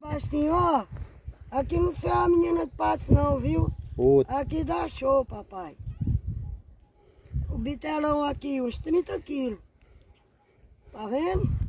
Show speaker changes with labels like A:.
A: Agostinho, ó, aqui não sou a menina de patos não, viu?
B: Ô,
A: Aqui dá show, papai. O bitelão aqui, uns 30 quilos. Tá vendo?